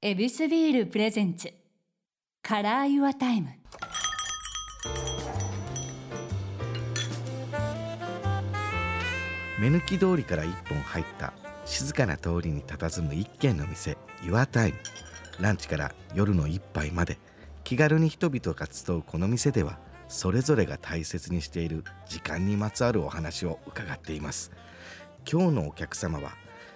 エビスビールプレゼンツカラーユアタイム目抜き通りから一本入った静かな通りに佇む一軒の店 YourTime ランチから夜の一杯まで気軽に人々が集うこの店ではそれぞれが大切にしている時間にまつわるお話を伺っています今日のお客様は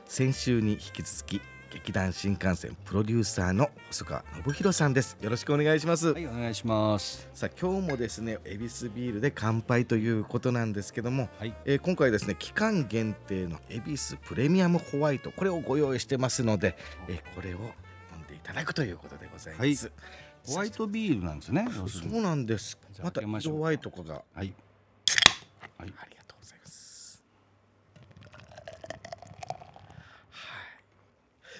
先週に引き続き劇団新幹線プロデューサーの細川信弘さんですよろしくお願いします、はい、お願いします。さあ今日もですね恵比寿ビールで乾杯ということなんですけども、はいえー今回ですね期間限定の恵比寿プレミアムホワイトこれをご用意してますので、えーこれを飲んでいただくということでございます、ホワイトビールなんですね。要すそるにうなんですじゃあまた開けましょう色か合いとかがはい。ありがとうございます。は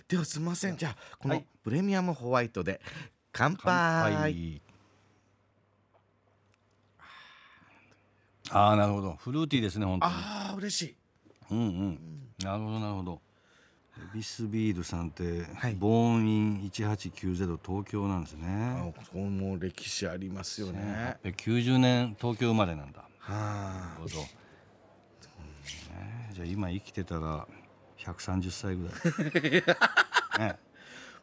い。ではすみません。じゃあこはのいプレミアムホワイトで乾杯。乾杯。ああ、なるほど。フルーティーですね、本当に。ああ嬉しい。うんうん。なるほど、なるほど。エビスビールさんって、はいボーンイン一八九ゼロ東京なんですね。あこの歴史ありますよね。九十年東京生まれなんだ。はなるほど。ねじゃあ今生きてたら百三十歳ぐ らい。ね。あ。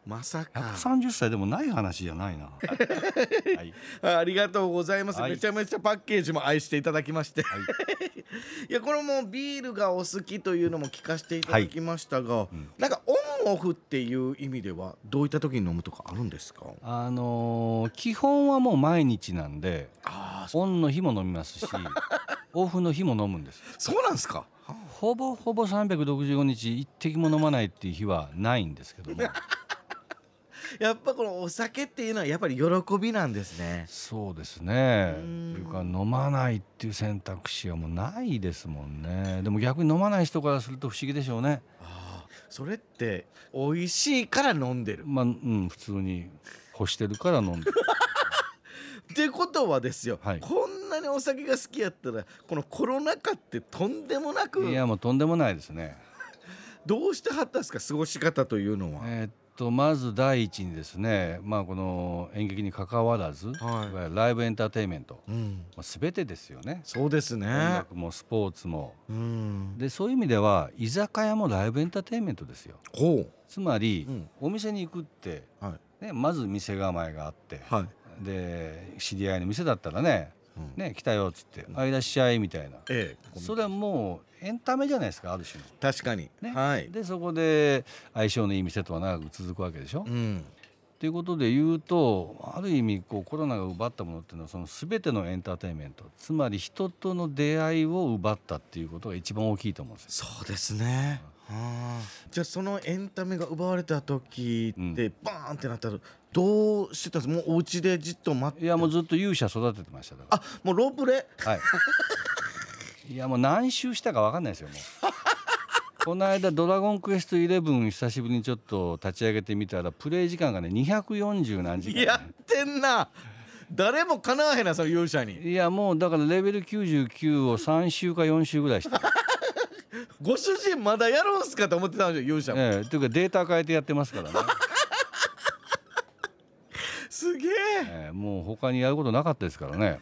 まさか。 130歳でもない話じゃないな。はい。 あありがとうございます、はいめちゃめちゃパッケージも愛していただきまして、 い、やこれもうビールがお好きというのも聞かせていただきましたが、なんかオンオフっていう意味ではどういった時に飲むとかあるんですかあのー基本はもう毎日なんで、あオンの日も飲みますし、オフの日も飲むんです。そうなんですかほぼほぼ365日一滴も飲まないっていう日はないんですけども、 やっぱこのお酒っていうのはやっぱり喜びなんですねそうですね。というか飲まないっていう選択肢はもうないですもんね。でも逆に飲まない人からすると不思議でしょうね。それって美味しいから飲んでるまあ、うん普通に干してるから飲んでる。ってことはですよ、はいこんなにお酒が好きやったらこのコロナ禍ってとんでもなく いやもうとんでもないですね。どうしてはったんですか過ごし方というのは、えーっとまず第一にですね、まあ、この演劇に関わらず、はいいわゆるライブエンターテインメント、うんまあ、全てですよねそうです音ね楽もスポーツもうんでそういう意味では居酒屋もライブエンターテインメントですよほつまり、うんお店に行くって、うはいね、まず店構えがあって、はいで知り合いの店だったらねうん「ね来たよ」っつって「あいらっしゃい」みたいな、ええそれはもうエンタメじゃないですかある種の。確かに、ねはいでそこで相性のいい店とは長く続くわけでしょ。うんということで言うとある意味こうコロナが奪ったものっていうのはその全てのエンターテインメントつまり人との出会いを奪ったっていうことが一番大きいと思うんですよ。そうですね、はあ、じゃあそのエンタメが奪われた時って、バーンってなったらどうしてたんですもうお家でじっと待っていやもうずっと勇者育ててましただかあもうロープレら。はい、いやもう何周したか分かんないですよもう。この間「ドラゴンクエスト11」久しぶりにちょっと立ち上げてみたらプレイ時間がね240何時間、ね、やってんな誰もかなわへんなその勇者にいやもうだからレベル99を3週か4週ぐらいしてご主人まだやろうんすかと思ってたんですよ勇者も、ええ、というかデータ変えてやってますからね、すげえええ、もう他にやることなかったですからね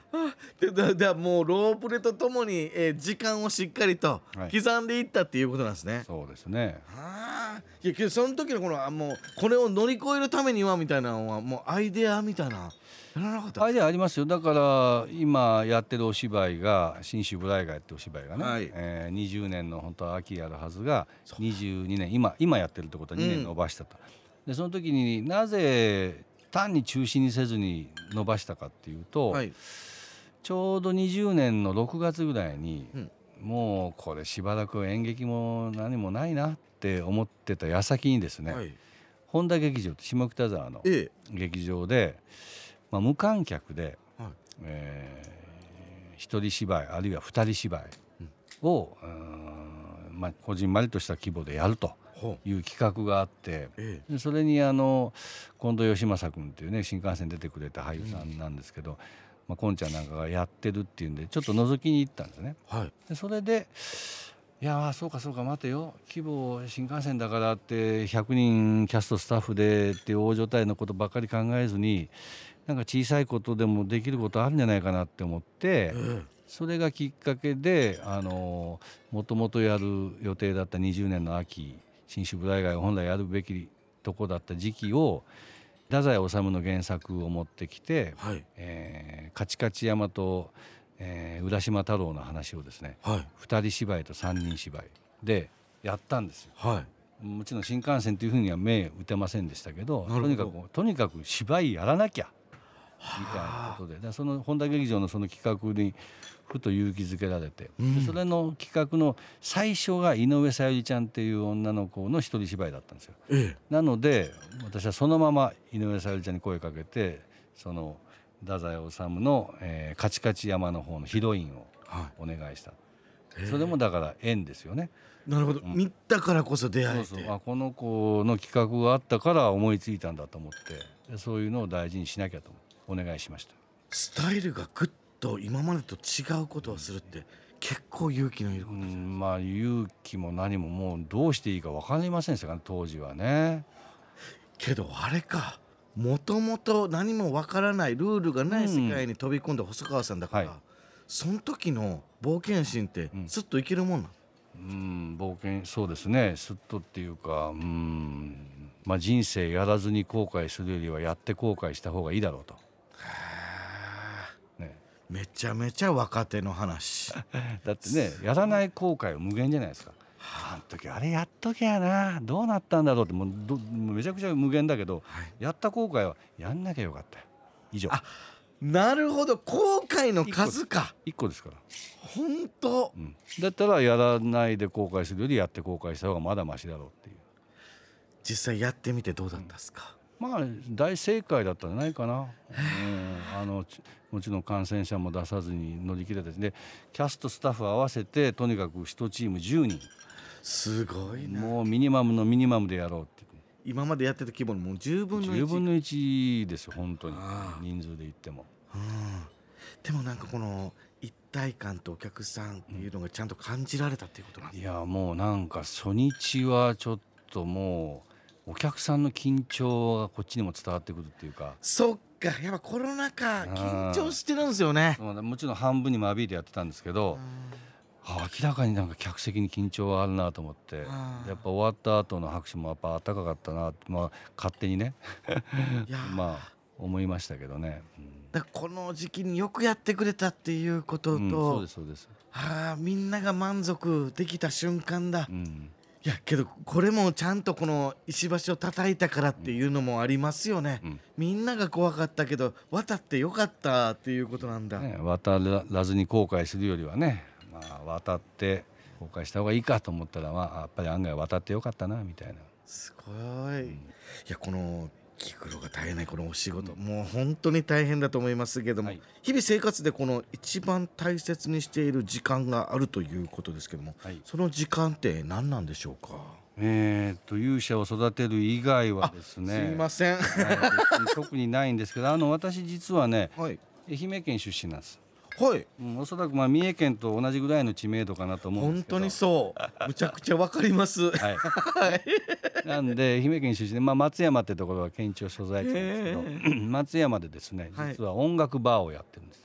でだだもうロープレとともに、えー時間をしっかりとはい刻んでいったっていうことなんですね、そうですねああいやけどその時のこのあもうこれを乗り越えるためにはみたいなのはもうアイデアみたいなやらなかったアイデアありますよだから今やってるお芝居が「信州ブライガー」ってお芝居がね、はいええ20年の本当は秋やるはずが22年今今やってるってことは2年伸ばしたと、でその時になぜ単に中止にせずに伸ばしたかっていうと、はいちょうど20年の6月ぐらいに、うんもうこれしばらく演劇も何もないなって思ってた矢先にですね、はい本田劇場って下北沢のえ劇場で、まあ、無観客で、はいえー一人芝居あるいは二人芝居を、うーんまあ、こじんまりとした規模でやるとほういう企画があって。えでそれにあの近藤義正君っていうね新幹線出てくれた俳優さんなんですけど、まあ、こんちゃんなんかがやってるっていうんでちょっと覗きに行ったんですね。はいでそれでいやあそうかそうか待てよ規模新幹線だからって100人キャストスタッフでっていう大所帯のことばっかり考えずになんか小さいことでもできることあるんじゃないかなって思ってそれがきっかけであのもともとやる予定だった20年の秋新種舞台街が本来やるべきとこだった時期を太宰治の原作を持ってきてはい「えーカチカチ山」と「えー浦島太郎」の話をですねはい2人芝居と3人芝居でやったんですよ。はもちろん新幹線というふうには目打てませんでしたけどなるほどとにかくとにかく芝居やらなきゃみたいなことででその本田劇場のその企画にふと勇気づけられて、でそれの企画の最初が井上さゆりちゃんっていう女の子の一人芝居だったんですよ。いえなので私はそのまま井上さゆりちゃんに声かけてその太宰治の、えーカチカチ山の方のヒロインをはお願いした、それもだから縁ですよね。いなるほど見たからこそ出会えてそうそうあこの子の企画があったから思いついたんだと思ってでそういうのを大事にしなきゃとお願いしましたスタイルがぐっと今までと違うことをするって結構勇気のいるうことんまあ勇気も何ももうどうしていいか分かりませんでしたからね当時はねけどあれかもともと何もわからないルールがない世界に飛び込んだ細川さんだから、はいその時の冒険心ってうんずっといけるもんなの、うん冒険そうですねすっとっていうかうんまあ人生やらずに後悔するよりはやって後悔した方がいいだろうと、ね、めちゃめちゃ若手の話 だってねやらない後悔は無限じゃないですか。あの時あれやっときゃなどうなったんだろうってもうどもうめちゃくちゃ無限だけど、やった後悔はやんなきゃよかったよ以上なるほど後悔の数か1個ですから、本当うん、だったらやらないで後悔するよりやって後悔した方がまだマシだろうっていう実際やってみてどうだったんですか、まあ大正解だったんじゃないかな、うん、あのちもちろん感染者も出さずに乗り切れたしでキャストスタッフ合わせてとにかく1チーム10人すごいなもうミニマムのミニマムでやろうって言って。今までやってた規模のもう10分の10 1分の1ですよ本当にああ人数で言ってもうんでもなんかこの一体感とお客さんっていうのがちゃんと感じられたっていうことなんですいやもうなんか初日はちょっともうお客さんの緊張がこっちにも伝わってくるっていうかそっかやっぱコロナ禍緊張してるんですよねまあもちろん半分に間引いてやってたんですけどあ明らかになんか客席に緊張があるなと思ってやっああぱ終わった後の拍手もやっぱ暖かかったなって、まあ、勝手にねいやー まあ思いましたけどね、うんだからこの時期によくやってくれたっていうことうんそうとですそうです、あーみんなが満足できた瞬間だうん、いやけどこれもちゃんとこの石橋を叩いたからっていうのもありますよねうんみんなが怖かったけど渡ってよかったっていうことなんだね、渡らずに後悔するよりはね、まあ、渡って後悔した方がいいかと思ったら、まあ、やっぱり案外渡ってよかったなみたいな。すごい。いやこの気苦労が大変ないこのお仕事、もう本当に大変だと思いますけども、はい日々生活でこの一番大切にしている時間があるということですけども、はいその時間って何なんでしょうか。えー、と勇者を育てる以外はですねすいませ ん。はい別に特にないんですけどあの私実はねはい愛媛県出身なんです、はい。うん、おそらくまあ三重県と同じぐらいの知名度かなと思うんで本すけど当にそう。むちゃくちゃわかり ます。はい、なんで愛媛県出身で、まあ、松山ってところは県庁所在地なんですけど、松山でですねはい実は音楽バーをやってるんです、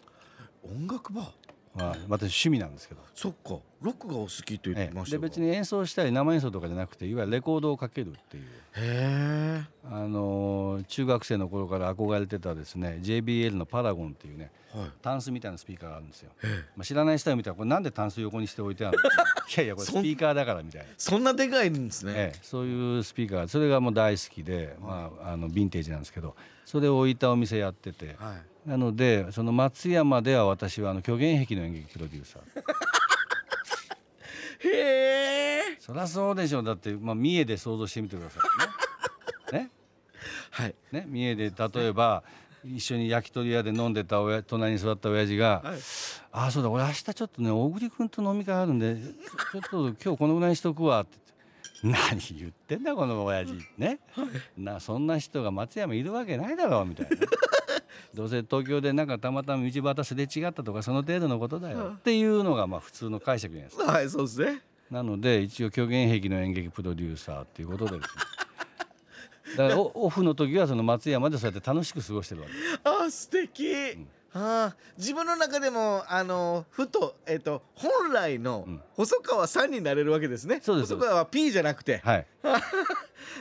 音楽バー。まあ、私趣味なんですけどそっか。ロックがお好きと言っえてまえ、したでが別。に演奏したり生演奏とかじゃなくていわゆるレコードをかけるっていう、へえ。あのー中学生の頃から憧れてたですね JBL のパラゴンっていうねはい。タンスみたいなスピーカーがあるんですよ、まあ、知らない人を見たらこれなんでタンス横にしておいてあるの いやいやこれスピーカーだからみたいな。そんなでかいんですね。ええ、そういうスピーカーそれがもう大好きで、まあ、あのヴィンテージなんですけどそれを置いたお店やっててはい。なのでその松山では私はあの虚言癖の演劇プロデューサーへえ。そりゃそうでしょうだって、まあ、三重で想像してみてくださいねねはい。ね、三重で例えば一緒に焼き鳥屋で飲んでた親隣に座った親父が「ああそうだ俺明日ちょっとね小栗君と飲み会あるんでちょちょっと今日このぐらいにしとくわ」って言って「何言ってんだこの親父ねなそんな人が松山いるわけないだろ」みたいな。どうせ東京でなんかたまたま道端すれ違ったとかその程度のことだよっていうのがまあ普通の解釈じゃないですかはい、そうですね。なので一応狂言劇の演劇プロデューサーっていうことでですねだからオオフの時はその松山でそうやって楽しく過ごしてるわけですあー素敵、あー自分の中でもあのふと,、えっと本来のうん細川さんになれるわけですね、そうです細川は P じゃなくて、はい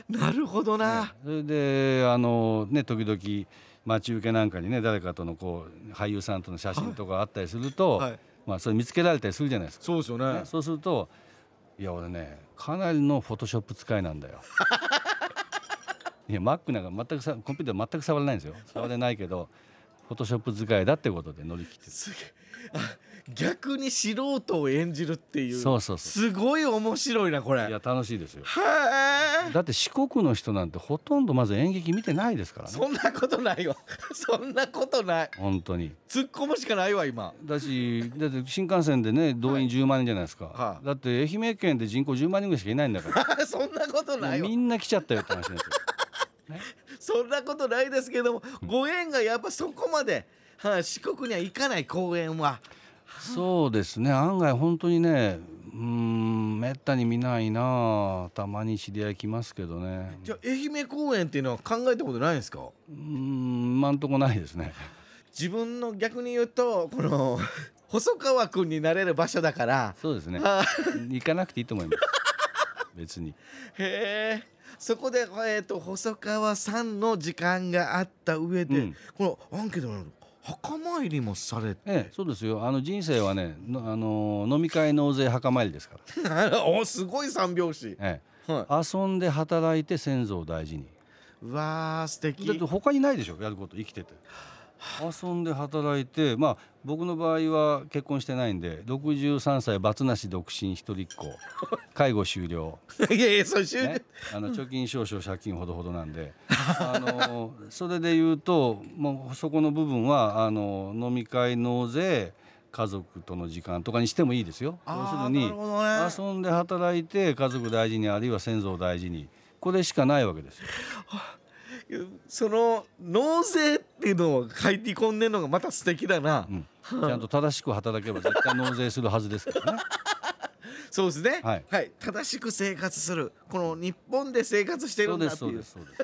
なるほどな、それであのね時々待ち受けなんかにね誰かとのこう俳優さんとの写真とかあったりすると、はいまあそれ見つけられたりするじゃないですか、そうですよねねそうすると「いや俺ねかなりのフォトショップ使いなんだよ」いや Mac なんか全くさコンピューター全く触れないんですよ触れないけどフォトショップ使いだってことで乗り切ってるすげえあ逆に素人を演じるっていうそうそうそすごい面白いなこれういや楽しいですよはだって四国の人なんてほとんどまず演劇見てないですからあねそんなことないわ そんなことない本当に突っ込むしかないわ今 だしだって新幹線でね動員10万人じゃないですか、はいだって愛媛県で人口10万人ぐらいしかいないんだからあそんなことないもうわみん な来ちゃったよって話なんです よそんなことないですけどもご縁がやっぱそこまで、はい、四国には行かない公園はそうですね案外本当にねうーんめったに見ないなあたまに知り合い来ますけどねじゃあ愛媛公園っていうのは考えたことないんですかうーん今んとこないですね自分の逆に言うとこの 細川君になれる場所だからそうですねあ 行かなくていいと思います別にへえそこで、えー、と細川さんの時間があった上で、うんこのアンケートの墓参りもされてええそうですよあの人生はねのあの飲み会納税墓参りですか ら、おすごい三拍子、えはえ、遊んで働いて先祖を大事にい、うわー素敵だって他にないでしょやること生きてて遊んで働いてまあ僕の場合は結婚してないんで63歳罰なし独身一人っ子介護終了、いやいやそう終了 ね、あの貯金少々借金ほどほどなんであのそれで言うともうそこの部分はあの飲み会納税家族との時間とかにしてもいいですよ。要すあるーになるほどね遊んで働いて家族大事にあるいは先祖を大事にこれしかないわけですよ。その納税っていうのを書いて込んでるのがまた素敵だな、うんちゃんと正しく働けば絶対納税するはずですから ね。そうですねはい正しく生活するこの日本で生活してそるうんだでっすてそういでうすそうです。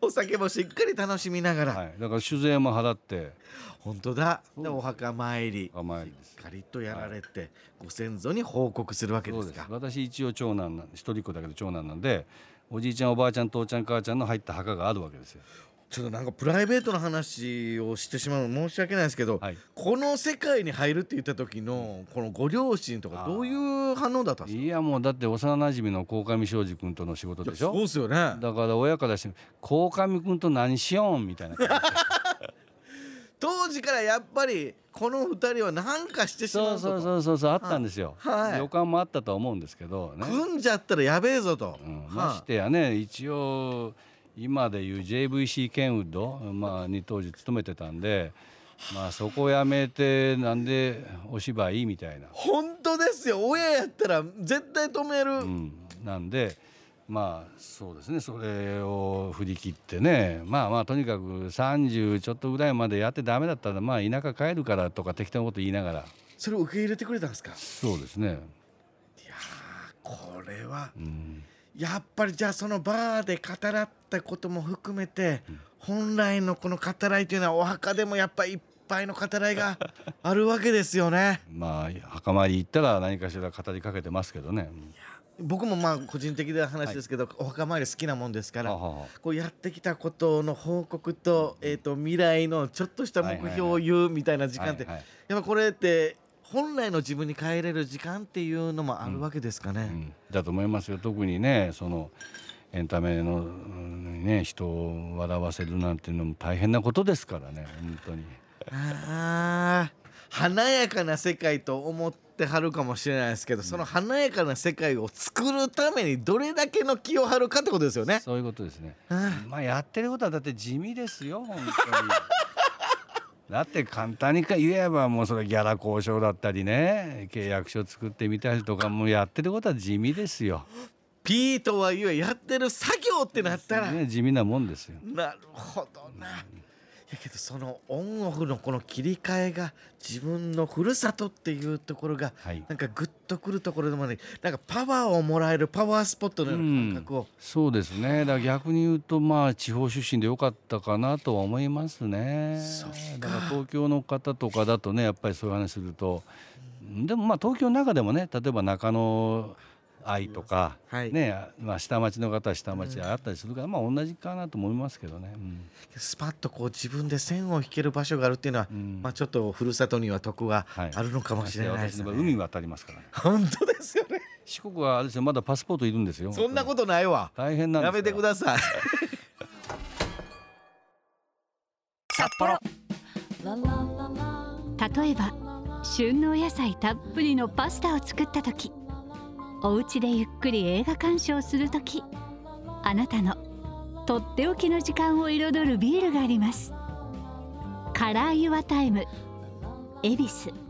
お酒もしっかり楽しみながら、はい。だから酒税も払って本当だでお墓参り甘いです。カリッとやられて、ご先祖に報告するわけそでうすですか。私一応長男なん一人っ子だけど長男なんで、おじいちゃんおばあちゃん父ちゃん母ちゃんの入った墓があるわけですよ。ちょっとなんかプライベートの話をしてしまうの申し訳ないですけど、はいこの世界に入るって言った時のこのご両親とかあーどういう反応だったんですかいやもうだって幼馴染の鴻上庄司君との仕事でしそうょ。ですよねだから親からして鴻上君と何しよんみたいな感じで。当時からやっぱりこの二人は何かしてしまそうぞとうそうそうそうそうあったんですよ。はい予感もあったとは思うんですけどね。組んじゃったらやべえぞと、うんはましてやね一応今でいう JVC ケンウッド、まあ、に当時勤めてたんで、まあ、そこを辞めてなんでお芝居みたいな、本当ですよ親やったら絶対止める、うん、なんでまあそうですねそれを振り切ってねまあまあとにかく30ちょっとぐらいまでやってダメだったらまあ田舎帰るからとか適当なこと言いながらそれを受け入れてくれたんですかそうですね、いやーこれはうん、やっぱりじゃあそのバーで語らったことも含めて、本来のこの語らいというのはお墓でもやっぱいっぱいの語らいがあるわけですよねまあ墓参り行ったら何かしら語りかけてますけどね。僕もまあ個人的な話ですけど、お墓参り好きなもんですからはははこうやってきたことの報告と,、えー、と未来のちょっとした目標を言うみたいな時間って、はいはいやっぱこれって本来の自分に帰れる時間っていうのもあるわけですかね。うんだと思いますよ特にねそのエンタメの、うんね、人を笑わせるなんていうのも大変なことですからね本当にあー華やかな世界と思ってはるかもしれないですけど、その華やかな世界を作るためにどれだけの気を張るかってことですよね。そういうことですねあまあやってることはだって地味ですよ本当にだって簡単にか言えばもうそれギャラ交渉だったりね契約書作ってみたりとかもうやってることは地味ですよ、ピーとは言えやってる作業ってなったら、ね、地味なもんですよなるほどな。やけどそのオンオフのこの切り替えが自分のふるさとっていうところがはいなんかグッとくるところでもねなんかパワーをもらえるパワースポットのような感覚を、そうですね。だから逆に言うとまあ地方出身で良かったかなとは思いますね。そっかだから東京の方とかだとねやっぱりそういう話すると、でもまあ東京の中でもね例えば中野愛とか、はいねまあ下町の方は下町であったりするから、まあ同じかなと思いますけどね。うんスパッとこう自分で線を引ける場所があるっていうのは、うんまあ、ちょっとふるさとには得がはいあるのかもしれないです私ね。の場合海渡りますから、ね。本当ですよね。四国はあれですよまだパスポートいるんですよ。そんなことないわ。大変なんでやすめてください。例えば旬のお野菜たっぷりのパスタを作った時お家でゆっくり映画鑑賞する時あなたのとっておきの時間を彩るビールがありますカラーユアタイム恵比寿